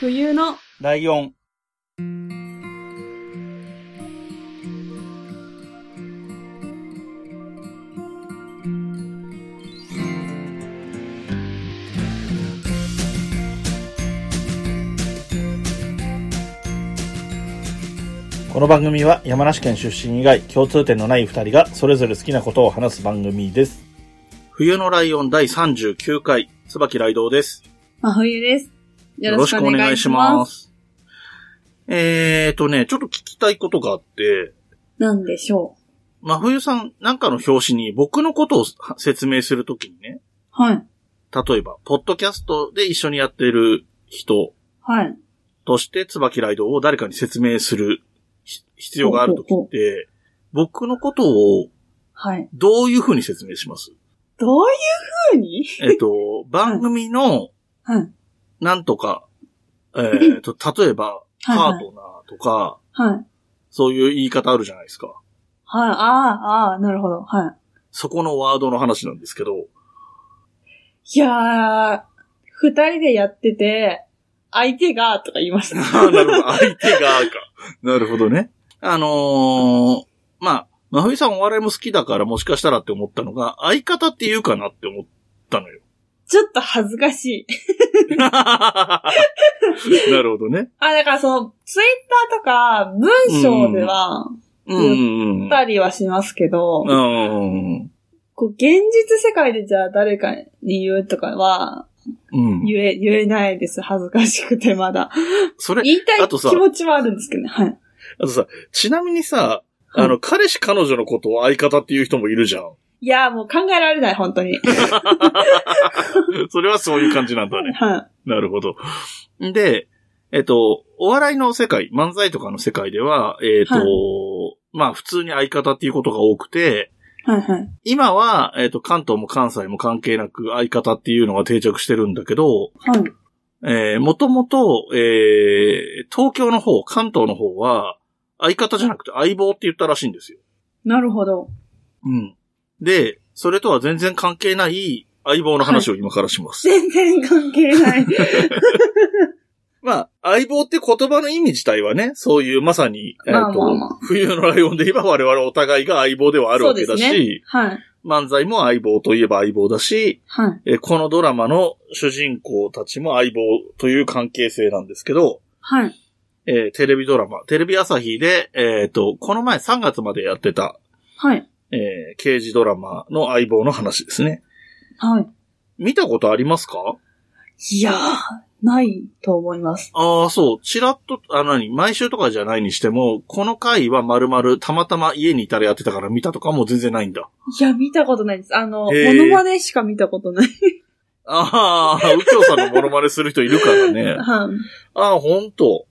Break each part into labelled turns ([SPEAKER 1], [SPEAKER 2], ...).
[SPEAKER 1] 冬の
[SPEAKER 2] ライオン。この番組は山梨県出身以外共通点のない二人がそれぞれ好きなことを話す番組です。冬のライオン第39回、椿雷道です。
[SPEAKER 1] 真冬です。よ
[SPEAKER 2] よ
[SPEAKER 1] ろ
[SPEAKER 2] ろ
[SPEAKER 1] し
[SPEAKER 2] し
[SPEAKER 1] く
[SPEAKER 2] く
[SPEAKER 1] お
[SPEAKER 2] お
[SPEAKER 1] 願
[SPEAKER 2] 願
[SPEAKER 1] い
[SPEAKER 2] い
[SPEAKER 1] し
[SPEAKER 2] し
[SPEAKER 1] ま。
[SPEAKER 2] ますす。えーとね、ちょっと聞きたいことがあって、
[SPEAKER 1] なんでしょう。
[SPEAKER 2] 真冬さんなんかの表紙に僕のことを説明するときにね、
[SPEAKER 1] はい。
[SPEAKER 2] 例えば、ポッドキャストで一緒にやってる人
[SPEAKER 1] はい。
[SPEAKER 2] として、椿ライドを誰かに説明するひ必要があるときって、僕のことを
[SPEAKER 1] はい。
[SPEAKER 2] どういうふうに説明し ます
[SPEAKER 1] どういう風に
[SPEAKER 2] えっと、番組の、
[SPEAKER 1] はい。
[SPEAKER 2] なんとか、え ーと、例えば、
[SPEAKER 1] はい
[SPEAKER 2] パ
[SPEAKER 1] はい
[SPEAKER 2] ートナーとか、
[SPEAKER 1] はい。はい。
[SPEAKER 2] そういう言い方あるじゃないですか。
[SPEAKER 1] ああ、ああ、なるほど。は
[SPEAKER 2] そこのワードの話なんですけど、
[SPEAKER 1] い。いやー、二人でやってて、相手が、とか言いまし た。
[SPEAKER 2] あなるほど。相手がか。 なるほどね。あのー、まあ、まふいさんお笑いも好きだからもしかしたらって思ったのが、相方って言うかなって思った のよ。
[SPEAKER 1] ちょっと恥ずかしい。
[SPEAKER 2] なるほどね。
[SPEAKER 1] あ、だからその、ツイッターとか、文章では、
[SPEAKER 2] うんうんうん。
[SPEAKER 1] 二人はしますけど、
[SPEAKER 2] うん
[SPEAKER 1] こう、現実世界でじゃあ誰かに言うとかは、
[SPEAKER 2] うん。うん。
[SPEAKER 1] 言え、言えないです。恥ずかしくてまだ。
[SPEAKER 2] それ、
[SPEAKER 1] 言いたい
[SPEAKER 2] あとさ
[SPEAKER 1] 気持ちはあるんですけどね。はい。
[SPEAKER 2] あとさ、ちなみにさ、あの、彼氏彼女のことを相方っていう人もいるじゃん。
[SPEAKER 1] いやー、もう考えられない、本当 に。
[SPEAKER 2] それはそういう感じなんだね。
[SPEAKER 1] は
[SPEAKER 2] なるほど。で、えっと、お笑いの世界、漫才とかの世界では、えっ、と、
[SPEAKER 1] は
[SPEAKER 2] まあ普通に相方っていうことが多くて、
[SPEAKER 1] い。はいはい。
[SPEAKER 2] 今は、えっ、と、関東も関西も関係なく相方っていうのが定着してるんだけど、
[SPEAKER 1] はい。
[SPEAKER 2] えー、もともと、えー、東京の方、関東の方は、相方じゃなくて相棒って言ったらしいんですよ。
[SPEAKER 1] なるほど。
[SPEAKER 2] うん。で、それとは全然関係ない相棒の話を今からします。
[SPEAKER 1] 全然関係 ない。
[SPEAKER 2] まあ、相棒って言葉の意味自体はね、そういうまさに、えっ、
[SPEAKER 1] まあ
[SPEAKER 2] と、
[SPEAKER 1] まあまあ
[SPEAKER 2] 冬のライオンで言えば我々お互いが相棒ではあるわけだ
[SPEAKER 1] そうです
[SPEAKER 2] し、
[SPEAKER 1] はい。
[SPEAKER 2] 漫才も相棒といえば相棒だし、
[SPEAKER 1] はい。
[SPEAKER 2] えーこのドラマの主人公たちも相棒という関係性なんですけど、
[SPEAKER 1] はい。
[SPEAKER 2] えーテレビドラマ、テレビ朝日で、えっ、と、この前3月までやってた、
[SPEAKER 1] はい。
[SPEAKER 2] えー刑事ドラマの相棒の話ですね。
[SPEAKER 1] はい。
[SPEAKER 2] 見たことありますか
[SPEAKER 1] いやー、ないと思います。
[SPEAKER 2] ああ、そう。ちらっと、あの、何毎週とかじゃないにしても、この回はまるまるたまたま家にいたらやってたから見たとかも全然ないんだ。
[SPEAKER 1] いや、見たことないです。あの、モ
[SPEAKER 2] へー
[SPEAKER 1] ノマネしか見たことない。
[SPEAKER 2] ああ、右京さんのモノマネする人いるからね。
[SPEAKER 1] はい。
[SPEAKER 2] ああ、ほんと。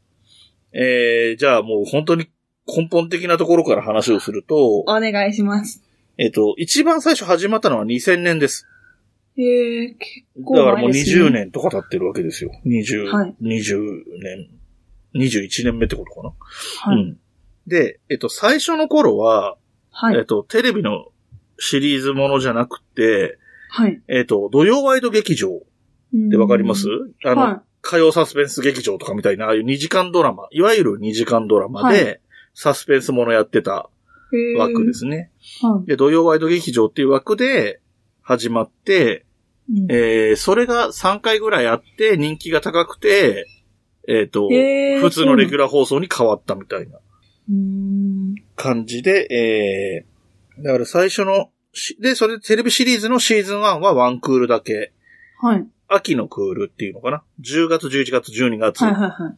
[SPEAKER 2] えー、じゃあもう本当に根本的なところから話をすると
[SPEAKER 1] お、願いします。
[SPEAKER 2] えっ、と、一番最初始まったのは2000年です。
[SPEAKER 1] えー、結構
[SPEAKER 2] だからも
[SPEAKER 1] 前
[SPEAKER 2] う
[SPEAKER 1] ですね
[SPEAKER 2] 20年とか経ってるわけですよ。20、
[SPEAKER 1] はい
[SPEAKER 2] 20年、21年目ってことかな。
[SPEAKER 1] はい
[SPEAKER 2] うん。で、えっ、と、最初の頃は、
[SPEAKER 1] は
[SPEAKER 2] えっ
[SPEAKER 1] い。
[SPEAKER 2] と、テレビのシリーズものじゃなくて、
[SPEAKER 1] はい。
[SPEAKER 2] えっと、土曜ワイド劇場ってわかります
[SPEAKER 1] うん
[SPEAKER 2] あの、
[SPEAKER 1] は
[SPEAKER 2] 火曜サスペンス劇場とかみたいな、ああいう2時間ドラマ、いわゆる2時間ドラマで、
[SPEAKER 1] は
[SPEAKER 2] サスペンスものやってた
[SPEAKER 1] い。へー
[SPEAKER 2] 枠で。すね。
[SPEAKER 1] は
[SPEAKER 2] で、土曜ワイド劇場っていう枠で始まって、
[SPEAKER 1] い。うん
[SPEAKER 2] えー、それが3回ぐらいあって、人気が高くて、えっ、と、
[SPEAKER 1] へー
[SPEAKER 2] 普通のレギュラー放送に変わったみたい
[SPEAKER 1] う
[SPEAKER 2] な。
[SPEAKER 1] ーん。
[SPEAKER 2] 感じで、えー、だから最初のし、で、それでテレビシリーズのシーズン1はワンクールだけ、
[SPEAKER 1] はい。
[SPEAKER 2] 秋のクールっていうのかな ?10 月、11月、12月。
[SPEAKER 1] はいはいは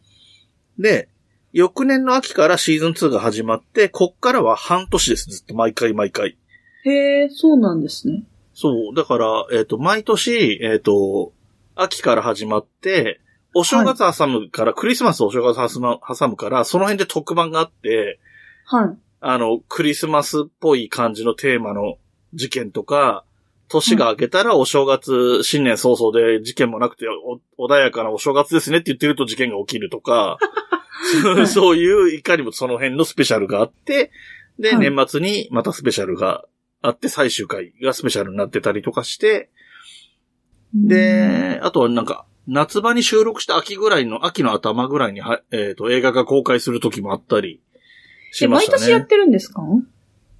[SPEAKER 1] い。
[SPEAKER 2] で、翌年の秋からシーズン2が始まって、こっからは半年です、ずっと毎回毎回。
[SPEAKER 1] へえ、そうなんですね。
[SPEAKER 2] そう、だから、えっ、と、毎年、えっ、と、秋から始まって、お正月挟むから、クリスマスお正月挟む挟むから、その辺で特番があって、
[SPEAKER 1] はい。
[SPEAKER 2] あの、クリスマスっぽい感じのテーマの事件とか、年が明けたらお正月、新年早々で事件もなくてお穏やかなお正月ですねって言ってると事件が起きる とか、そうそういういかにもその辺のスペシャルがあって、で、
[SPEAKER 1] はい
[SPEAKER 2] 年末にまたスペシャルがあって、最終回がスペシャルになってたりとかして、で、あとはなんか、夏場に収録した秋ぐらいの、秋の頭ぐらいには、えっ、と、映画が公開する時もあったりし
[SPEAKER 1] え、
[SPEAKER 2] ま
[SPEAKER 1] 毎
[SPEAKER 2] したね。
[SPEAKER 1] 年やってるんですか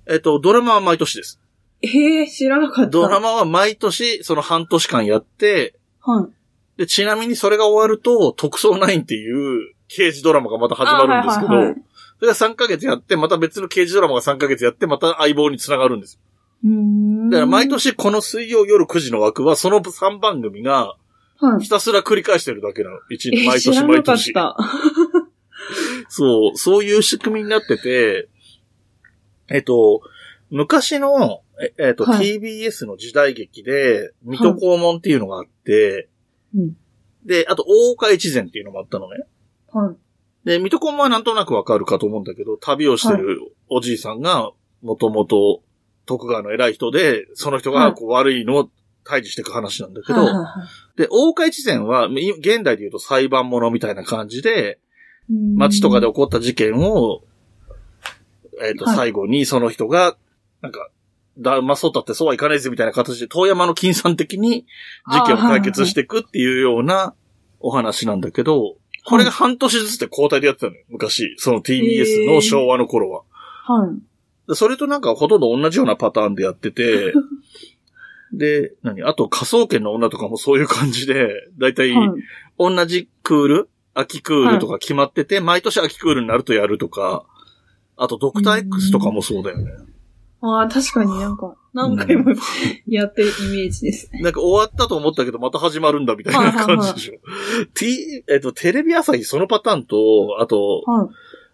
[SPEAKER 2] えっ、と、ドラマは毎 年です。
[SPEAKER 1] ええ、知らなかった。
[SPEAKER 2] ドラマは毎年、その半年間やって、
[SPEAKER 1] はい。
[SPEAKER 2] で、ちなみにそれが終わると、特捜9っていう刑事ドラマがまた始まるんですけど、
[SPEAKER 1] あはいはいはい
[SPEAKER 2] それが3ヶ月やって、また別の刑事ドラマが3ヶ月やって、また相棒に繋がるんですよ。
[SPEAKER 1] うーん。
[SPEAKER 2] だから毎年この水曜夜9時の枠は、その3番組が
[SPEAKER 1] はい。
[SPEAKER 2] ひたすら繰り返してるだけなの。一
[SPEAKER 1] え
[SPEAKER 2] 日、毎
[SPEAKER 1] 知ら
[SPEAKER 2] 年
[SPEAKER 1] な
[SPEAKER 2] 毎
[SPEAKER 1] かっ
[SPEAKER 2] 年。
[SPEAKER 1] た。
[SPEAKER 2] そう、そういう仕組みになってて、えっと、昔の、ええっと、
[SPEAKER 1] はい
[SPEAKER 2] TBS の時代劇で、水戸黄門っていうのがあって、
[SPEAKER 1] うん
[SPEAKER 2] で、あと、大岡越前っていうのもあったのね。
[SPEAKER 1] はい。
[SPEAKER 2] で、水戸黄門はなんとなくわかるかと思うんだけど、旅をしてるおじいさんが、もともと徳川の偉い人で、その人
[SPEAKER 1] は
[SPEAKER 2] が
[SPEAKER 1] い
[SPEAKER 2] こう悪いのを退治していく話なんだけど、
[SPEAKER 1] はいはいは
[SPEAKER 2] で、大岡越前は、い現代で言うと裁判者みたいな感じで、
[SPEAKER 1] い、
[SPEAKER 2] 街とかで
[SPEAKER 1] う
[SPEAKER 2] 起こった事件を、えっ、と、
[SPEAKER 1] はい
[SPEAKER 2] 最後にその人が、なんか、だ、まあ、そうだってそうはいかないぜみたいな形で、遠山の金さん的に事件を解決していくっていうようなお話なんだけど、これが半年ずつで交代でやってたのよ、昔。その TBS の昭和の頃は。
[SPEAKER 1] ん。はい。
[SPEAKER 2] でそれとなんかほとんど同じようなパターンでやっ てて、で、何あと、科捜研の女とかもそういう感じで、だいたい
[SPEAKER 1] はい。
[SPEAKER 2] 同じクール秋クールとか決まってて、毎年秋クールになるとやるとか、あとドクター X とかもそうだよね。
[SPEAKER 1] ああ、確かになんか、何回もやってるイメージです。
[SPEAKER 2] なんか終わったと思ったけどまた始まるんだみたいな感じでしょ。T、えっと、テレビ朝日そのパターンと、あと、
[SPEAKER 1] はい。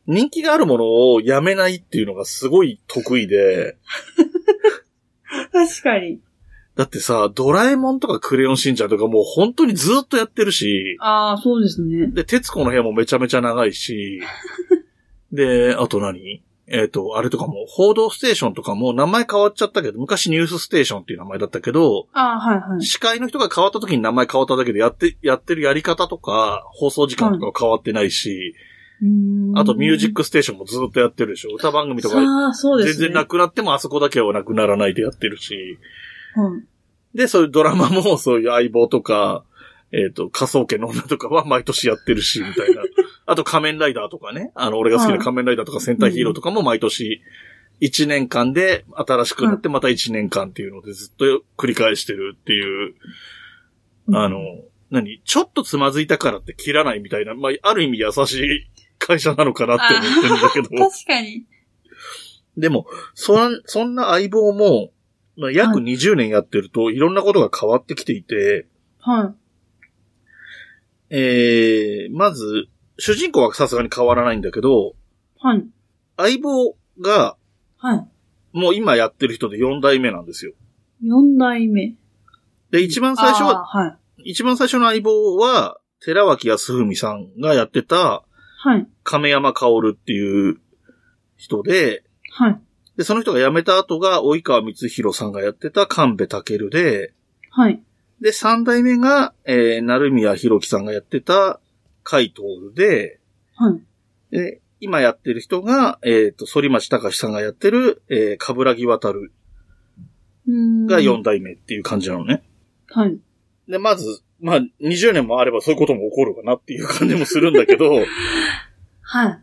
[SPEAKER 2] 人気があるものをやめないっていうのがすごい得意で、
[SPEAKER 1] 確かに。
[SPEAKER 2] だってさ、ドラえもんとかクレヨンしんちゃんとかもう本当にずっとやってるし、
[SPEAKER 1] ああ、そうですね。
[SPEAKER 2] で、徹子の部屋もめちゃめちゃ長 いし、で、あと何えっ、と、あれとかも、報道ステーションとかも名前変わっちゃったけど、昔ニュースステーションっていう名前だったけど、
[SPEAKER 1] ああ、はいはい。
[SPEAKER 2] 司会の人が変わった時に名前変わっただけでやって、やってるやり方とか、放送時間とかは変わってないし、
[SPEAKER 1] うーん
[SPEAKER 2] あとミュージックステーションもずっとやってるでしょ。歌番組とか
[SPEAKER 1] ああ、そうで
[SPEAKER 2] 全
[SPEAKER 1] すね。
[SPEAKER 2] 然なくなってもあそこだけはなくならないでやってるし、
[SPEAKER 1] はい
[SPEAKER 2] で、そういうドラマも そういう相棒とか、えっ、と、仮想研の女とかは毎年やってるし、みたいな。あと仮面ライダーとかね。あの、俺が好きな仮面ライダーとか戦隊ヒーローとかも毎年1年間で新しくなってまた1年間っていうのでずっと繰り返してるっていう、あの、何ちょっとつまずいたからって切らないみたいな、まあ、ある意味優しい会社なのかなって思ってるんだけど。
[SPEAKER 1] 確かに。
[SPEAKER 2] でも、そん、そんな相棒も、まあ、約20年やってると、いろんなことが変わってきていて、
[SPEAKER 1] はい。
[SPEAKER 2] えー、まず、主人公はさすがに変わらないんだけど、
[SPEAKER 1] はい。
[SPEAKER 2] 相棒が、
[SPEAKER 1] はい。
[SPEAKER 2] もう今やってる人で4代目なんですよ。
[SPEAKER 1] 四代目。
[SPEAKER 2] で、一番最初は、
[SPEAKER 1] ああはい。
[SPEAKER 2] 一番最初の相棒は、寺脇康文さんがやってた、
[SPEAKER 1] はい。
[SPEAKER 2] 亀山薫っていう人で、
[SPEAKER 1] はい。
[SPEAKER 2] で、その人が辞めた後が、及川光弘さんがやってた神戸健で、
[SPEAKER 1] はい。
[SPEAKER 2] で、三代目が、えー、成宮博樹さんがやってた、海東で、
[SPEAKER 1] はい。
[SPEAKER 2] で、今やってる人が、えっ、と、反町隆史さんがやってる、えー、かぶらぎわたる
[SPEAKER 1] うーん
[SPEAKER 2] が四代目っていう感じなのね。
[SPEAKER 1] はい。
[SPEAKER 2] で、まず、まあ、20年もあればそういうことも起こるかなっていう感じもするんだけど、
[SPEAKER 1] はい。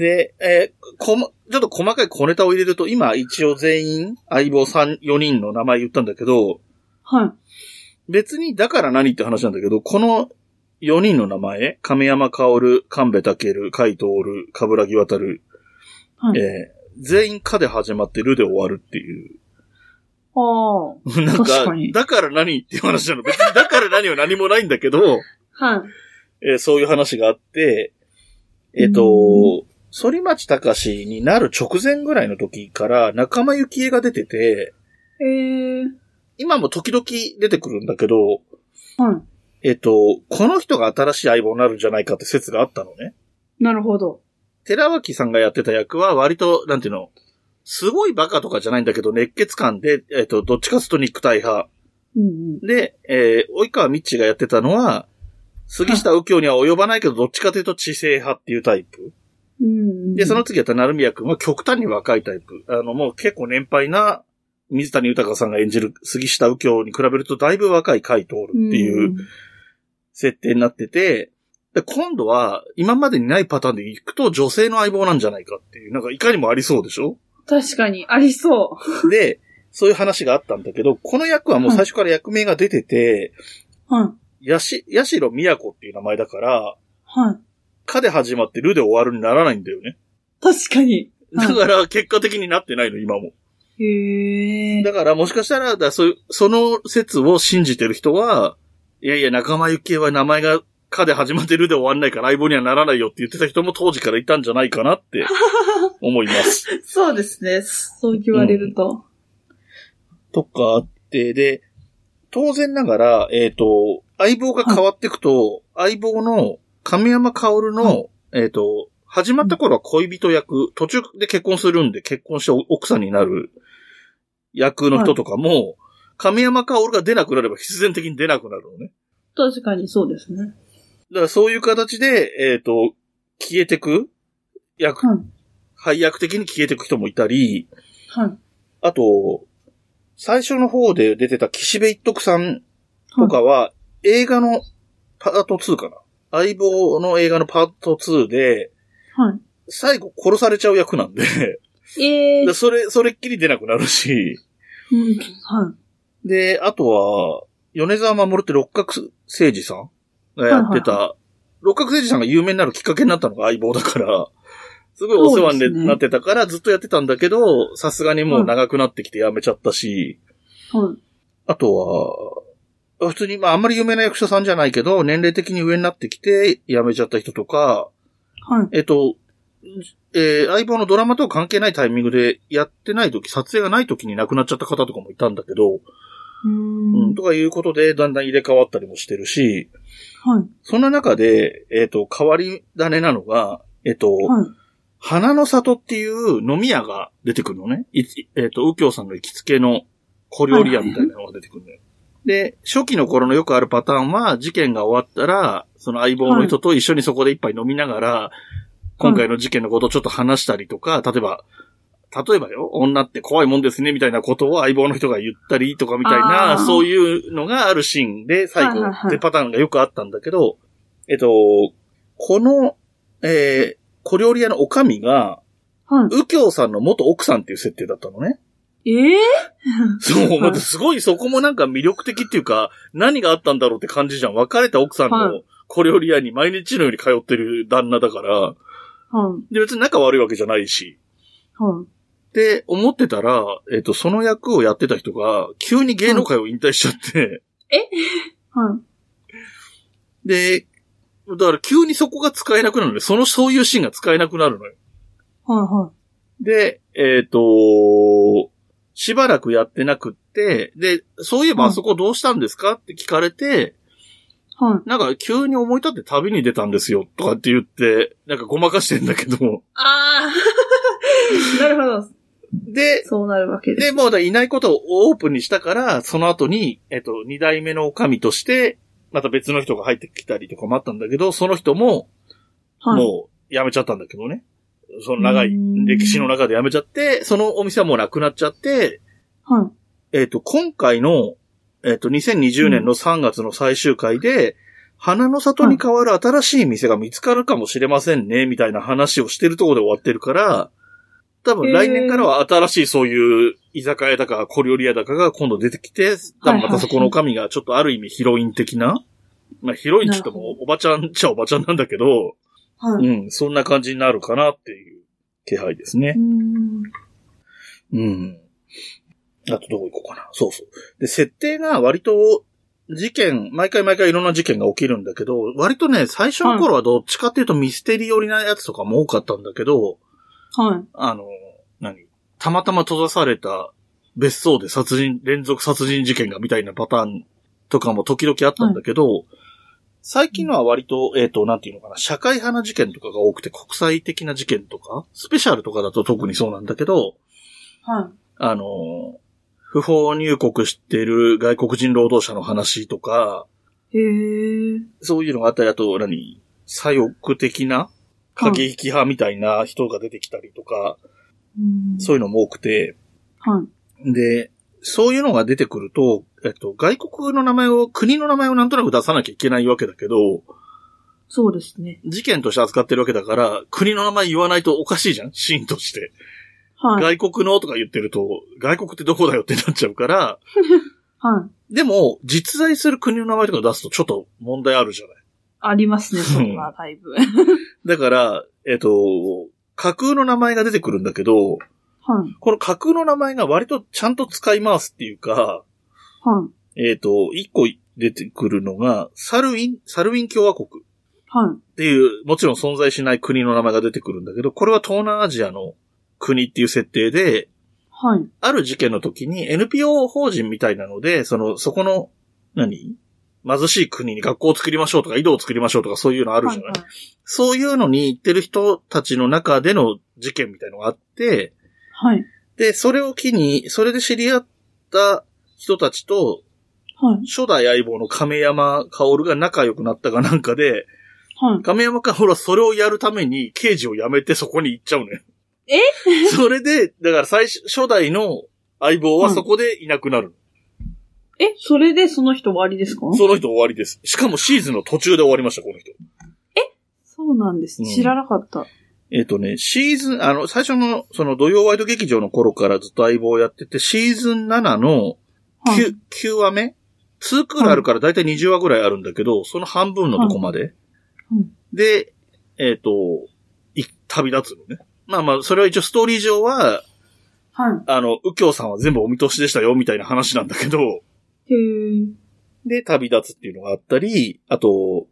[SPEAKER 1] で
[SPEAKER 2] で、えーこま、ちょっと細かい小ネタを入れると、今一応全員、相棒3、4人の名前言ったんだけど、
[SPEAKER 1] はい。
[SPEAKER 2] 別にだから何って話なんだけど、この4人の名前、亀山薫、神戸健、海徹、冠城渡る、
[SPEAKER 1] はい。
[SPEAKER 2] えー全員かで始まってるで終わるっていう。
[SPEAKER 1] ああ。はい。
[SPEAKER 2] なんか
[SPEAKER 1] 確かに
[SPEAKER 2] だから何っていう話なの。別にだから何は何もないんだけど、えーそういう話があって、えっ、と、反町隆史になる直前ぐらいの時から仲間由紀恵が出てて、
[SPEAKER 1] ええ。
[SPEAKER 2] 今も時々出てくるんだけど、
[SPEAKER 1] は
[SPEAKER 2] えっ、と、この人が新しい相棒になるんじゃないかって説があったのね。
[SPEAKER 1] い。なるほど。
[SPEAKER 2] 寺脇さんがやってた役は割と、なんていうの、すごいバカとかじゃないんだけど、熱血感で、えっ、と、どっちかすると肉体派。
[SPEAKER 1] うんうん。
[SPEAKER 2] で、えー、及川みっちがやってたのは、杉下右京には及ばないけど、どっちかというと知性派っていうタイプ。
[SPEAKER 1] うんうん。。
[SPEAKER 2] で、その次やった成宮くんは極端に若いタイプ。あの、もう結構年配な、水谷豊さんが演じる杉下右京に比べるとだいぶ若い回通るっていううん設定になってて、で、今度は、今までにないパターンで行くと女性の相棒なんじゃないかっていう、なんかいかにもありそうでしょ
[SPEAKER 1] 確かに、ありそ
[SPEAKER 2] で、そういう話があったんだけど、この役はもう最初から役名が出てて、
[SPEAKER 1] う。はい。
[SPEAKER 2] やし、やしろみやこっていう名前だから、
[SPEAKER 1] はい。
[SPEAKER 2] かで始まってるで終わるにならないんだよね。
[SPEAKER 1] 確かに。は
[SPEAKER 2] だ
[SPEAKER 1] い
[SPEAKER 2] から、結果的になってないの、今も。
[SPEAKER 1] へえ。
[SPEAKER 2] だから、もしかしたら、だそういう、その説を信じてる人は、いやいや、仲間由紀恵は名前が、かで始まってるで終わんないから、相棒にはならないよって言ってた人も当時からいたんじゃないかなって、思います。
[SPEAKER 1] そうですね。そう言われると。
[SPEAKER 2] とかあって、で、当然ながら、えっ、と、相棒が変わっていくと、相棒の亀山薫の、
[SPEAKER 1] は
[SPEAKER 2] えっ、と、始まった頃は恋人役、途中で結婚するんで結婚して奥さんになる役の人とかも、亀山薫が出なくなれば必然的に出なくなるのね。
[SPEAKER 1] 確かにそうですね。
[SPEAKER 2] だからそういう形で、えっ、と、消えてく役、
[SPEAKER 1] はい
[SPEAKER 2] 配役的に消えてく人もいたり、
[SPEAKER 1] はい。
[SPEAKER 2] あと、最初の方で出てた岸辺一徳さんとかは、映画のパート2かな。相棒の映画のパート2で、
[SPEAKER 1] は
[SPEAKER 2] 最後殺されちゃう役なんで、
[SPEAKER 1] い。ええ
[SPEAKER 2] でそれ、それっきり出なくなるし、
[SPEAKER 1] うんはい。
[SPEAKER 2] で、あとは、米沢守って六角誠治さんがやってた、
[SPEAKER 1] は
[SPEAKER 2] 六角誠治さんが有名になるきっかけになったのが相棒だから、すごいお世話
[SPEAKER 1] そうです
[SPEAKER 2] に
[SPEAKER 1] ね
[SPEAKER 2] なってたからずっとやってたんだけど、さすがにもう長くなってきてやめちゃったし、
[SPEAKER 1] はい。
[SPEAKER 2] あとは、普通に、まあ、あんまり有名な役者さんじゃないけど、年齢的に上になってきて辞めちゃった人とか、
[SPEAKER 1] はい。
[SPEAKER 2] えっと、えー相棒のドラマとは関係ないタイミングでやってない時、撮影がない時に亡くなっちゃった方とかもいたんだけど、
[SPEAKER 1] うー
[SPEAKER 2] うん
[SPEAKER 1] ん。
[SPEAKER 2] とかいうことで、だんだん入れ替わったりもしてるし、
[SPEAKER 1] はい。
[SPEAKER 2] そんな中で、えっ、と、変わり種なのが、えっ、と、
[SPEAKER 1] はい。
[SPEAKER 2] 花の里っていう飲み屋が出てくるのね。いつえっ、と、右京さんの行きつけの小料理屋みたいなのが出てくるのよ。で、初期の頃のよくあるパターンは、事件が終わったら、その相棒の人と一緒にそこで一杯飲みながら、今回の事件のことをちょっと話したりとか、例えば、例えばよ、女って怖いもんですね、みたいなことを相棒の人が言ったりとかみたい
[SPEAKER 1] あ
[SPEAKER 2] な、
[SPEAKER 1] ー
[SPEAKER 2] そういうのがあるシーンで、最後
[SPEAKER 1] はいはいはい
[SPEAKER 2] ってパターンがよくあったんだけど、えっと、この、えー小料理屋のおかみが、
[SPEAKER 1] は
[SPEAKER 2] 右京さんの元奥さんっていう設定だったのね。
[SPEAKER 1] い。ええ
[SPEAKER 2] そう、
[SPEAKER 1] はい
[SPEAKER 2] またすごいそこもなんか魅力的っていうか、何があったんだろうって感じじゃん。別れた奥さん
[SPEAKER 1] は
[SPEAKER 2] の小料理屋に毎日のように通ってる旦那だから、
[SPEAKER 1] はい。
[SPEAKER 2] で別に仲悪いわけじゃないし。
[SPEAKER 1] はい。
[SPEAKER 2] で、思ってたら、えっ、と、その役をやってた人が、急に芸能界を引退しちゃって、
[SPEAKER 1] はい。
[SPEAKER 2] で、だから急にそこが使えなくなるので、その、そういうシーンが使えなくなるのよ。
[SPEAKER 1] はい。は
[SPEAKER 2] で、えっ、と、しばらくやってなくって、で、そういえばあそこどうしたんですかって聞かれて、
[SPEAKER 1] い。はい。
[SPEAKER 2] なんか急に思い立って旅に出たんですよ、とかって言って、なんかごまかしてんだけど。
[SPEAKER 1] あ あ。なるほど。
[SPEAKER 2] で、
[SPEAKER 1] そうなるわけです。
[SPEAKER 2] で、もうだからいないことをオープンにしたから、その後に、えっ、と、二代目の女将として、また別の人が入ってきたりとかもあったんだけど、その人も、
[SPEAKER 1] はい。
[SPEAKER 2] もう辞めちゃったんだけどね。その長い歴史の中で辞めちゃって、そのお店はもうなくなっちゃって、
[SPEAKER 1] はい。
[SPEAKER 2] えっ、と、今回の、えっ、と、2020年の3月の最終回で、花の里に変わる新しい店が見つかるかもしれませんね、みたいな話をしてるところで終わってるから、多分来年からは新しいそういう居酒屋だか小料理屋だかが今度出てきて、多分またそこの女将がちょっとある意味ヒロイン的な、まあヒロインって言ってもおばちゃんっちゃおばちゃんなんだけど、
[SPEAKER 1] は
[SPEAKER 2] う
[SPEAKER 1] い。
[SPEAKER 2] ん、そんな感じになるかなっていう気配ですね
[SPEAKER 1] う。ん。
[SPEAKER 2] うん。あとどこ行こうかな。そうそう。で、設定が割と事件、毎回毎回いろんな事件が起きるんだけど、割とね、最初の頃はどっちかっていうとミステリー寄りなやつとかも多かったんだけど、
[SPEAKER 1] はい。
[SPEAKER 2] あの、何たまたま閉ざされた別荘で殺人、連続殺人事件がみたいなパターンとかも時々あったんだけど、最近のは割と、えっ、と、なんていうのかな、社会派な事件とかが多くて国際的な事件とか、スペシャルとかだと特にそうなんだけど、
[SPEAKER 1] はい。
[SPEAKER 2] あの、不法入国してる外国人労働者の話とか、
[SPEAKER 1] へえ。
[SPEAKER 2] そういうのがあったり、あと、何、左翼的な過激派みたいな人が出てきたりとか、
[SPEAKER 1] うん
[SPEAKER 2] そういうのも多くて、
[SPEAKER 1] はい。
[SPEAKER 2] で、そういうのが出てくると、えっと、外国の名前を、国の名前をなんとなく出さなきゃいけないわけだけど、
[SPEAKER 1] そうですね。
[SPEAKER 2] 事件として扱ってるわけだから、国の名前言わないとおかしいじゃんシーンとして。
[SPEAKER 1] はい。はい。
[SPEAKER 2] 外国のとか言ってると、外国ってどこだよってなっちゃうから、でも、実在する国の名前とか出すとちょっと問題あるじゃない。
[SPEAKER 1] ありますね、そんな、だいぶ。はい。
[SPEAKER 2] だから、えっと、架空の名前が出てくるんだけど、この架空の名前が割とちゃんと使い回すっていうか、
[SPEAKER 1] はい。
[SPEAKER 2] えっ、と、一個出てくるのが、サルウィン、サルウィン共和国っ
[SPEAKER 1] はい。
[SPEAKER 2] ていう、もちろん存在しない国の名前が出てくるんだけど、これは東南アジアの国っていう設定で、
[SPEAKER 1] はい。
[SPEAKER 2] ある事件の時に NPO 法人みたいなので、その、そこの、何貧しい国に学校を作りましょうとか、井戸を作りましょうとか、そういうのあるじゃない、
[SPEAKER 1] はいはい
[SPEAKER 2] そういうのに行ってる人たちの中での事件みたいのがあって、
[SPEAKER 1] はい。
[SPEAKER 2] で、それを機に、それで知り合った人たちと、
[SPEAKER 1] はい。
[SPEAKER 2] 初代相棒の亀山薫が仲良くなったかなんかで、
[SPEAKER 1] はい。
[SPEAKER 2] 亀山薫はそれをやるために刑事を辞めてそこに行っちゃうのよ。
[SPEAKER 1] え
[SPEAKER 2] それで、だから最初、初代の相棒はそこでいなくなる。
[SPEAKER 1] え、それでその人終わりですか
[SPEAKER 2] その人終わりです。しかもシーズンの途中で終わりました、この人。
[SPEAKER 1] そうなんです。
[SPEAKER 2] うん
[SPEAKER 1] 知らなかった。
[SPEAKER 2] えっ、とね、シーズン、あの、最初の、その土曜ワイド劇場の頃からずっと相棒をやってて、シーズン7の
[SPEAKER 1] はい。
[SPEAKER 2] 9、9話目 ?2 クールあるからだいたい20話ぐらいあるんだけど、その半分のとこまで。
[SPEAKER 1] うん
[SPEAKER 2] で、えっ、と、い旅立つのね。まあまあ、それは一応ストーリー上は、
[SPEAKER 1] は
[SPEAKER 2] あの、右京さんは全部お見通しでしたよ、みたいな話なんだけど、
[SPEAKER 1] い。へー
[SPEAKER 2] で、旅立つっていうのがあったり、あと、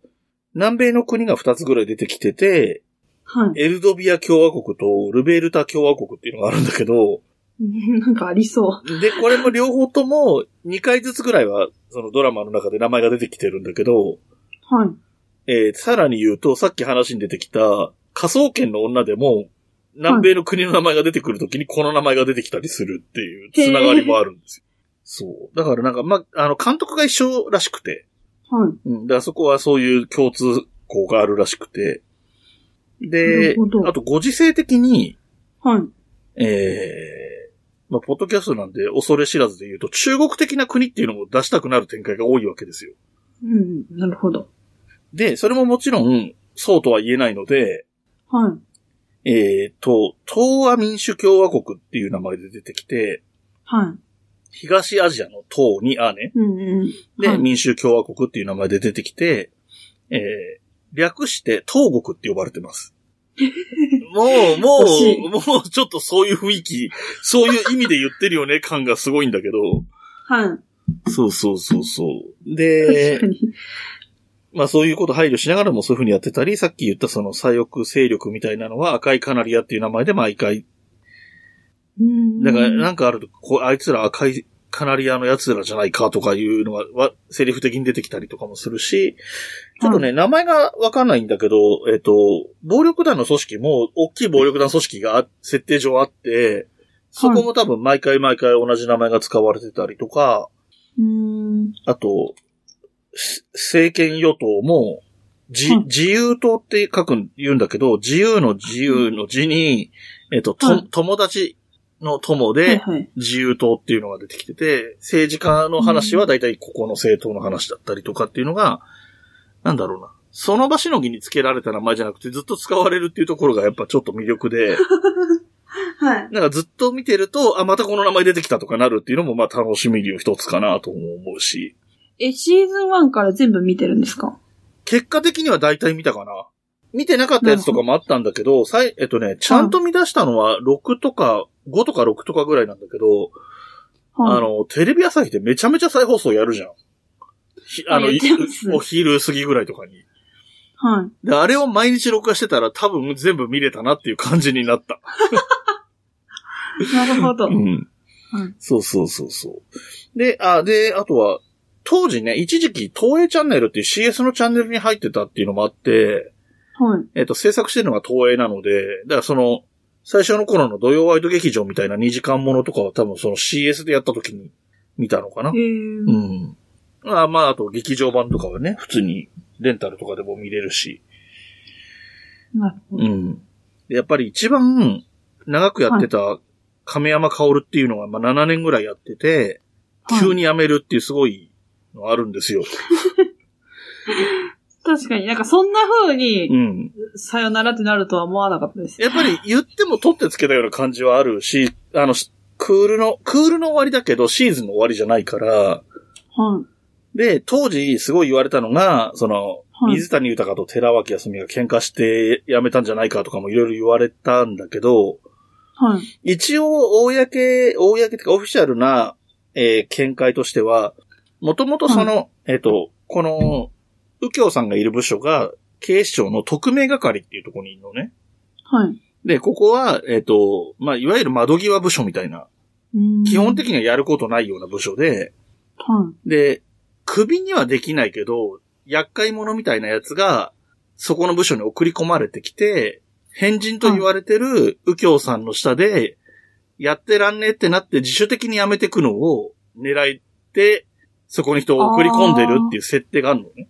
[SPEAKER 2] 南米の国が2つぐらい出てきてて、
[SPEAKER 1] はい。
[SPEAKER 2] エルドビア共和国とルベルタ共和国っていうのがあるんだけど、
[SPEAKER 1] なんかありそう。
[SPEAKER 2] で、これも両方とも2回ずつぐらいは、そのドラマの中で名前が出てきてるんだけど、
[SPEAKER 1] はい。
[SPEAKER 2] えーさらに言うと、さっき話に出てきた、仮想圏の女でも、南米の国の名前が出てくるときに、この名前が出てきたりするっていう、つながりもあるんですよ。そう。だからなんか、ま、あの、監督が一緒らしくて、
[SPEAKER 1] はい。
[SPEAKER 2] うん。で、あそこはそういう共通項があるらしくて、
[SPEAKER 1] なる
[SPEAKER 2] で
[SPEAKER 1] ほ、ど
[SPEAKER 2] あと、ご時世的に、
[SPEAKER 1] はい。
[SPEAKER 2] えーまあ、ポッドキャストなんで、恐れ知らずで言うと、中国的な国っていうのも出したくなる展開が多いわけですよ。
[SPEAKER 1] うん。なるほど。
[SPEAKER 2] で、それももちろん、そうとは言えないので、
[SPEAKER 1] はい。
[SPEAKER 2] えー、と、東亜民主共和国っていう名前で出てきて、
[SPEAKER 1] は
[SPEAKER 2] 東アジアの東にアね。
[SPEAKER 1] い。うんうん。
[SPEAKER 2] で、
[SPEAKER 1] はい
[SPEAKER 2] 民主共和国っていう名前で出てきて、えー、略して東国って呼ばれ てます。もう、も、
[SPEAKER 1] 惜しいう
[SPEAKER 2] もうちょっとそういう雰囲気、そういう意味で言ってるよね感がすごいんだけど。
[SPEAKER 1] はい。
[SPEAKER 2] そうそうそうそう。
[SPEAKER 1] 確
[SPEAKER 2] で
[SPEAKER 1] か、に。
[SPEAKER 2] まあそういうこと配慮しながらもそういうふうにやってたり、さっき言ったその左翼勢力みたいなのは赤いカナリアっていう名前で毎回
[SPEAKER 1] うん。
[SPEAKER 2] だから、なんかあると、こうあいつら赤いカナリアの奴らじゃないかとかいうのが、わセリフ的に出てきたりとかもするし、ちょっとね、名前がわかんないんだけど、えっ、と、暴力団の組織も、大きい暴力団組織があ設定上あって、そこも多分毎回毎回同じ名前が使われてたりとか、
[SPEAKER 1] うん。
[SPEAKER 2] あと、す政権与党も、じ
[SPEAKER 1] はい
[SPEAKER 2] 自由党って書くん、言うんだけど、自由の自由の字に、えっ、と、
[SPEAKER 1] は
[SPEAKER 2] と
[SPEAKER 1] い、
[SPEAKER 2] 友達の友
[SPEAKER 1] はい
[SPEAKER 2] で、
[SPEAKER 1] はい。
[SPEAKER 2] 自由党っていうのが出てきてて、政治家の話は大体ここの政党の話だったりとかっていうのが、なんだろうな。その場しのぎにつけられた名前じゃなくてずっと使われるっていうところがやっぱちょっと魅力で、
[SPEAKER 1] はい。
[SPEAKER 2] なんかずっと見てると、あ、またこの名前出てきたとかなるっていうのもまあ楽しみの一つかなとも思うし、
[SPEAKER 1] え、シーズン1から全部見てるんですか
[SPEAKER 2] 結果的には大体見たかな。見てなかったやつとかもあったんだけど、さいえっとね、ちゃんと見出したのは6とか、5とか6とかぐらいなんだけど、あ
[SPEAKER 1] はい。
[SPEAKER 2] の、テレビ朝日でめちゃめちゃ再放送やるじゃん。ひあの、
[SPEAKER 1] やってますね
[SPEAKER 2] お昼過ぎぐらいとかに。
[SPEAKER 1] はい。
[SPEAKER 2] で、あれを毎日録画してたら多分全部見れたなっていう感じになった。
[SPEAKER 1] なるほど。はい。
[SPEAKER 2] ん。そうそうそうそう。で、あ、で、あとは、当時ね、一時期、東映チャンネルっていう CS のチャンネルに入ってたっていうのもあって、
[SPEAKER 1] はい。
[SPEAKER 2] えっ、と、制作してるのが東映なので、だからその、最初の頃の土曜ワイド劇場みたいな2時間ものとかは多分その CS でやった時に見たのかな
[SPEAKER 1] え。
[SPEAKER 2] う
[SPEAKER 1] ー。
[SPEAKER 2] ん。まあまあ、あと劇場版とかはね、普通にレンタルとかでも見れるし。
[SPEAKER 1] なるほど。
[SPEAKER 2] ん。でやっぱり一番長くやってた亀山薫っていうのが、まあ、7年ぐらいやってて、
[SPEAKER 1] はい
[SPEAKER 2] 急に辞めるっていうすごいのあるんですよ。
[SPEAKER 1] 確かになんかそんな風
[SPEAKER 2] う
[SPEAKER 1] に、
[SPEAKER 2] ん。
[SPEAKER 1] さよならってなるとは思わなかったです。
[SPEAKER 2] やっぱり言っても取ってつけたような感じはあるし、あの、しクールの、クールの終わりだけど、シーズンの終わりじゃないから、
[SPEAKER 1] はい。
[SPEAKER 2] で、当時すごい言われたのが、その、
[SPEAKER 1] はい
[SPEAKER 2] 水谷豊と寺脇康美が喧嘩して辞めたんじゃないかとかもいろいろ言われたんだけど、
[SPEAKER 1] はい。
[SPEAKER 2] 一応、公、公っていうか、オフィシャルな、えー見解としては、もともとその、えっ、と、この、右京さんがいる部署が、警視庁の特命係っていうところにいるのね。
[SPEAKER 1] はい。
[SPEAKER 2] で、ここは、えっ、と、まあ、いわゆる窓際部署みたいな、
[SPEAKER 1] うん
[SPEAKER 2] 基本的にはやることないような部署で、
[SPEAKER 1] は
[SPEAKER 2] で、首にはできないけど、厄介者みたいなやつが、そこの部署に送り込まれてきて、変人と言われてる右京さんの下で、やってらんねえってなって自主的に辞めてくのを狙って、そこに人を送り込んでるっていう設定があるのね。
[SPEAKER 1] い。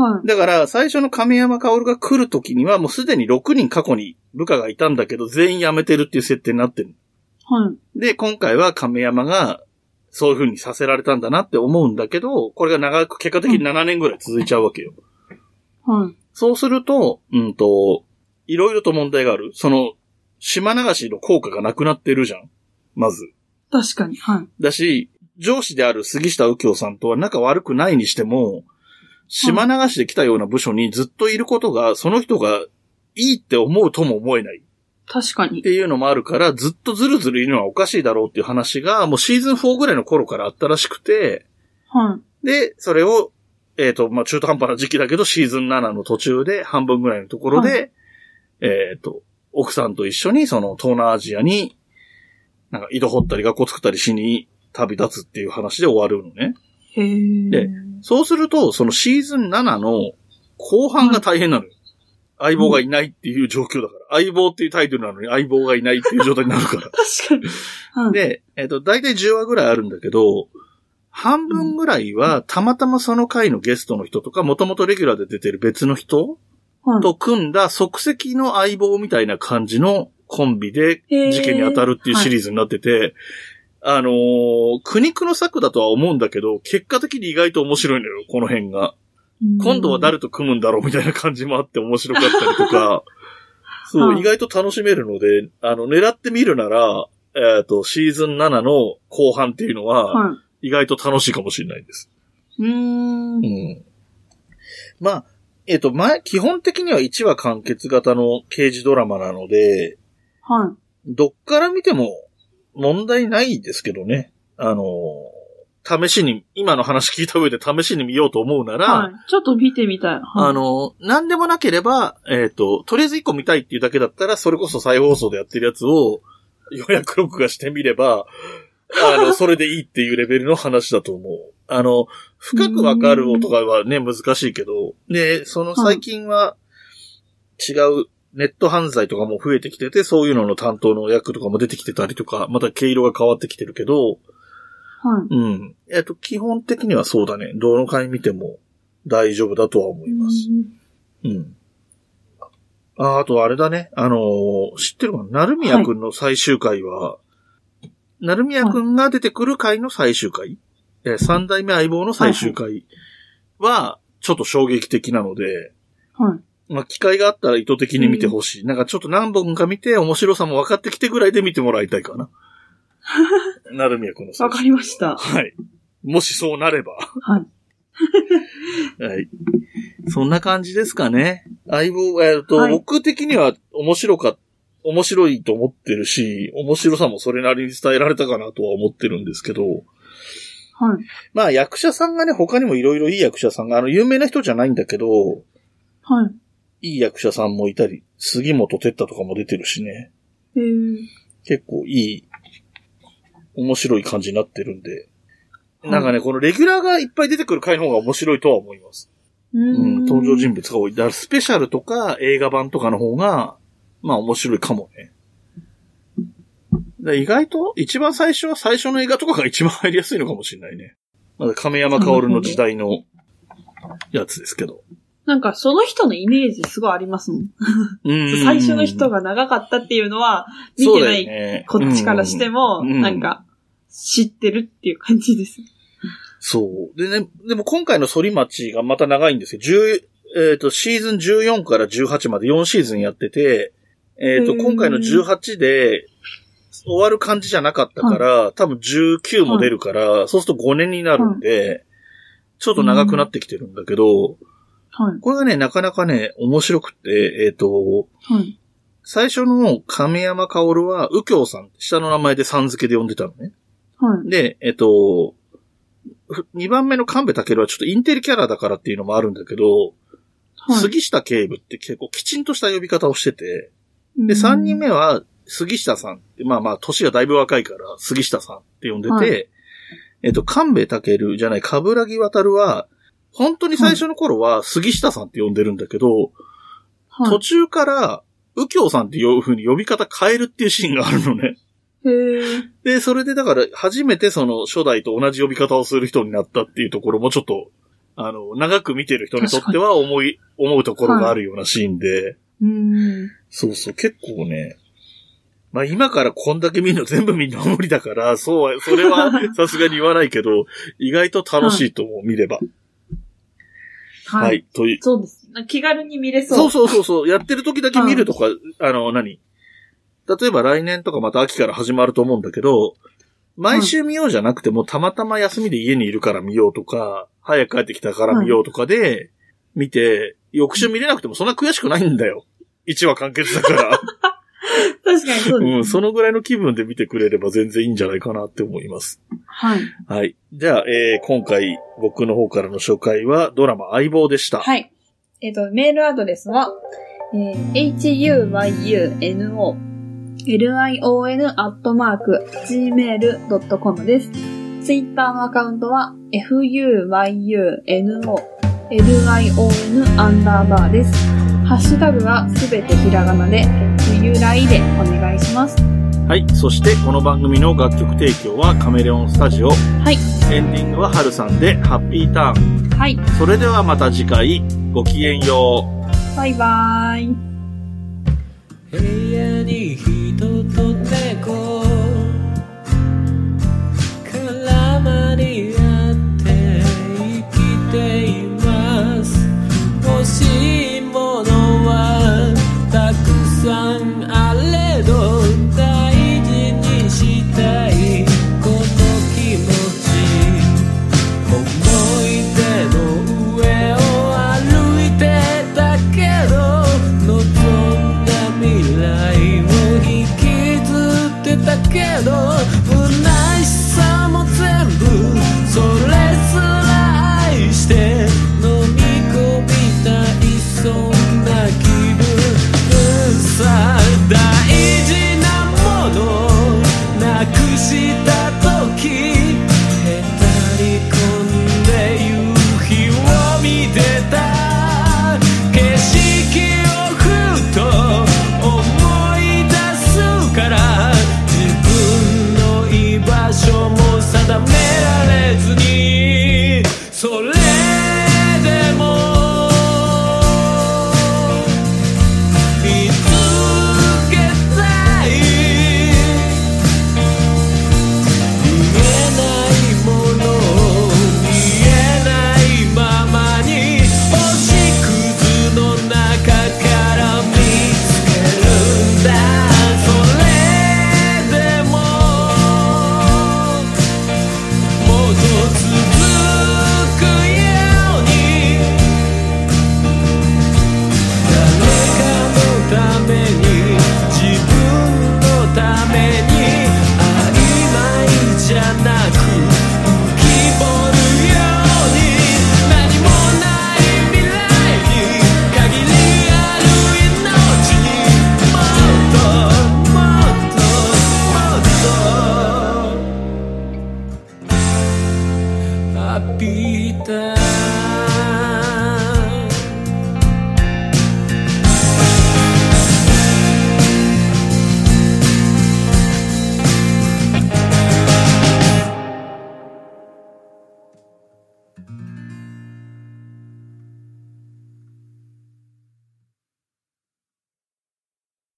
[SPEAKER 1] はい。
[SPEAKER 2] だから、最初の亀山薫が来る時には、もうすでに6人過去に部下がいたんだけど、全員辞めてるっていう設定になってる。
[SPEAKER 1] はい。
[SPEAKER 2] で、今回は亀山が、そういう風にさせられたんだなって思うんだけど、これが長く、結果的に7年ぐらい続いちゃうわけよ。
[SPEAKER 1] はい。
[SPEAKER 2] そうすると、うんと、いろいろと問題がある。その、島流しの効果がなくなってるじゃん。まず。
[SPEAKER 1] 確かに。はい。
[SPEAKER 2] だし、上司である杉下右京さんとは仲悪くないにしても、島流しで来たような部署にずっといることが、その人がいいって思うとも思えない。
[SPEAKER 1] 確か
[SPEAKER 2] っ
[SPEAKER 1] に。
[SPEAKER 2] ていうのもあるから、ずっとずるずるいるのはおかしいだろうっていう話が、もうシーズン4ぐらいの頃からあったらしくて、
[SPEAKER 1] はい。
[SPEAKER 2] で、それを、えっ、と、まあ、中途半端な時期だけど、シーズン7の途中で、半分ぐらいのところで、
[SPEAKER 1] は
[SPEAKER 2] えっ、と、奥さんと一緒に、その、東南アジアに、なんか、井戸掘ったり、学校作ったりしに旅立つっていう話で終わるのね。
[SPEAKER 1] へー
[SPEAKER 2] でそうすると、そのシーズン7の後半が大変なのよ。相棒がいないっていう状況だから。相棒っていうタイトルなのに相棒がいないっていう状態になるから。
[SPEAKER 1] 確かに。 はい。
[SPEAKER 2] で、えっ、と、だいたい10話ぐらいあるんだけど、半分ぐらいは、たまたまその回のゲストの人とか、もともとレギュラーで出てる別の人
[SPEAKER 1] はい、
[SPEAKER 2] と組んだ即席の相棒みたいな感じのコンビで
[SPEAKER 1] へー
[SPEAKER 2] 事件に当たるっていうシリーズになってて、あのー苦肉の策だとは思うんだけど、結果的に意外と面白いのよ、この辺が。
[SPEAKER 1] うん
[SPEAKER 2] 今度は誰と組むんだろうみたいな感じもあって面白かったりと か、そう、
[SPEAKER 1] はい
[SPEAKER 2] 意外と楽しめるので、あの、狙ってみるなら、えっ、と、シーズン7の後半っていうのは、
[SPEAKER 1] は
[SPEAKER 2] 意外と楽しいかもしれないです。
[SPEAKER 1] い。うーん
[SPEAKER 2] う。ん。まあ、えっ、と、前、基本的には1話完結型の刑事ドラマなので、
[SPEAKER 1] は。
[SPEAKER 2] どっから見ても問題ないですけどね。あのー、試しに、今の話聞いた上で試しに見ようと思うないら、
[SPEAKER 1] はい。ちょっと見てみたい。はい
[SPEAKER 2] あ、の、なんでもなければ、えっ、と、とりあえず一個見たいっていうだけだったら、それこそ再放送でやってるやつを予約録画してみれば、あ の、それでいいっていうレベルの話だと思う。あの、深くわかるとかはね、難しいけど、で、その最近は違うネット犯罪とかも増えてきてて、そういうのの担当の役とかも出てきてたりとか、また毛色が変わってきてるけど、
[SPEAKER 1] はい。
[SPEAKER 2] うん。えっ、と、基本的にはそうだね。どの回見ても大丈夫だとは思います。うん。あ、あとあれだね。あのー知ってるかな成宮くんの最終回は、成宮くんが出てくる回の最終回、えー三代目相棒の最終回は、ちょっと衝撃的なので、
[SPEAKER 1] はい。
[SPEAKER 2] まあ、機会があったら意図的に見てほしい。なんかちょっと何本か見て、面白さも分かってきてぐらいで見てもらいたいか な。成宮くんの
[SPEAKER 1] わ
[SPEAKER 2] 最
[SPEAKER 1] か
[SPEAKER 2] 終
[SPEAKER 1] りました。
[SPEAKER 2] 回。はい。もしそうなれば。
[SPEAKER 1] はい。
[SPEAKER 2] はい。そんな感じですかね。相棒、えっ、と、
[SPEAKER 1] はい
[SPEAKER 2] 僕的には面白か、面白いと思ってるし、面白さもそれなりに伝えられたかなとは思ってるんですけど、
[SPEAKER 1] はい。
[SPEAKER 2] まあ役者さんがね、他にもいろいろいい役者さんが、あの、有名な人じゃないんだけど、
[SPEAKER 1] はい。
[SPEAKER 2] いい役者さんもいたり、杉本哲太とかも出てるしね、
[SPEAKER 1] えー、
[SPEAKER 2] 結構いい、面白い感じになってるんで、なんかね、このレギュラーがいっぱい出てくる回の方が面白いとは思います。
[SPEAKER 1] う
[SPEAKER 2] うん、
[SPEAKER 1] ん
[SPEAKER 2] 登場人物が多い。だからスペシャルとか映画版とかの方が、まあ面白いかもね。で意外と、一番最初は最初の映画とかが一番入りやすいのかもしれないね。まだ亀山薫の時代のやつですけど。
[SPEAKER 1] なんかその人のイメージすごいありますもん。
[SPEAKER 2] うん
[SPEAKER 1] 最初の人が長かったっていうのは、見
[SPEAKER 2] そう
[SPEAKER 1] てな
[SPEAKER 2] だよ
[SPEAKER 1] い
[SPEAKER 2] ね
[SPEAKER 1] こっちからしても、
[SPEAKER 2] うん
[SPEAKER 1] なんか、知ってるっていう感じです。
[SPEAKER 2] そう。でね、でも今回の反町がまた長いんですよ。10えっ、と、シーズン14から18まで4シーズンやってて、えっ、と、
[SPEAKER 1] うん
[SPEAKER 2] 今回の18で終わる感じじゃなかったから、多分19も出るから、そうすると5年になるんで、ちょっと長くなってきてるんだけど、
[SPEAKER 1] はい。
[SPEAKER 2] これがね、なかなかね、面白くて、えっ、と、
[SPEAKER 1] はい。
[SPEAKER 2] 最初の亀山薫は右京さん、下の名前でさん付けで呼んでたのね。
[SPEAKER 1] はい。
[SPEAKER 2] で、えっと、2番目の神戸健はちょっとインテリキャラだからっていうのもあるんだけど、
[SPEAKER 1] はい。
[SPEAKER 2] 杉下警部って結構きちんとした呼び方をしてて、で、3人目は杉下さんって、まあまあ、年がだいぶ若いから杉下さんって呼んでて、
[SPEAKER 1] はい
[SPEAKER 2] えっと、神戸健じゃない、冠城渡は、本当に最初の頃は杉下さんって呼んでるんだけど、
[SPEAKER 1] は
[SPEAKER 2] 途中から右京さんっていう風に呼び方変えるっていうシーンがあるのね。
[SPEAKER 1] い。へー
[SPEAKER 2] で、それでだから、初めてその初代と同じ呼び方をする人になったっていうところもちょっと、あの、長く見てる人にとっては思い、思うところがあるようなシーンで、
[SPEAKER 1] うん。
[SPEAKER 2] そうそう、結構ね、まあ今からこんだけ見るの全部みんな無理だから、そうは、それはさすがに言わないけど、意外と楽しいと思う、見れば。はい、
[SPEAKER 1] はい。
[SPEAKER 2] という。
[SPEAKER 1] そうです。気軽に見れそう。
[SPEAKER 2] そうそうそうそう、やってる時だけ見るとか、あの、何例えば来年とかまた秋から始まると思うんだけど、毎週見ようじゃなくても、たまたま休みで家にいるから見ようとか、早く帰ってきたから見ようとかで、見て、翌週見れなくてもそんな悔しくないんだよ。1話完結だから。
[SPEAKER 1] 確かにそうです。
[SPEAKER 2] うん、そのぐらいの気分で見てくれれば全然いいんじゃないかなって思います。
[SPEAKER 1] はい。
[SPEAKER 2] はい。じゃあ、えー、今回僕の方からの紹介はドラマ相棒でした。
[SPEAKER 1] はい。えっ、と、メールアドレスは、えー、huyuno lion アットマーク gmail.com です。ツイッターのアカウントは、fuyuno lion アンダーバーです。ハッシュタグはすべてひらがなで、冬来でお願いします。
[SPEAKER 2] はい。そして、この番組の楽曲提供はカメレオンスタジオ。
[SPEAKER 1] はい。
[SPEAKER 2] エンディングはハルさんでハッピーターン。
[SPEAKER 1] はい。
[SPEAKER 2] それではまた次回、ごきげんよう。
[SPEAKER 1] バイバーイ。
[SPEAKER 3] 部屋に人と猫絡まり合って生きています欲しいものはたくさんあれど大事にしたいこの気持ち思い出の上を歩いてたけど望んだ未来を引きずってたけど不悔しさも全部それすら愛して飲み込みたいそんな気分さ大事なものなくした時へたり込んで夕日を見てた景色をふと思い出すから自分の居場所も定められずにそれでも見つけたい見えないもの見えないままに星屑の中から見つけるんだそれでももっと続くように誰かのために自分のために曖昧じゃなく浮き彫るように何もない未来に限りある命にもっともっともっと Happy time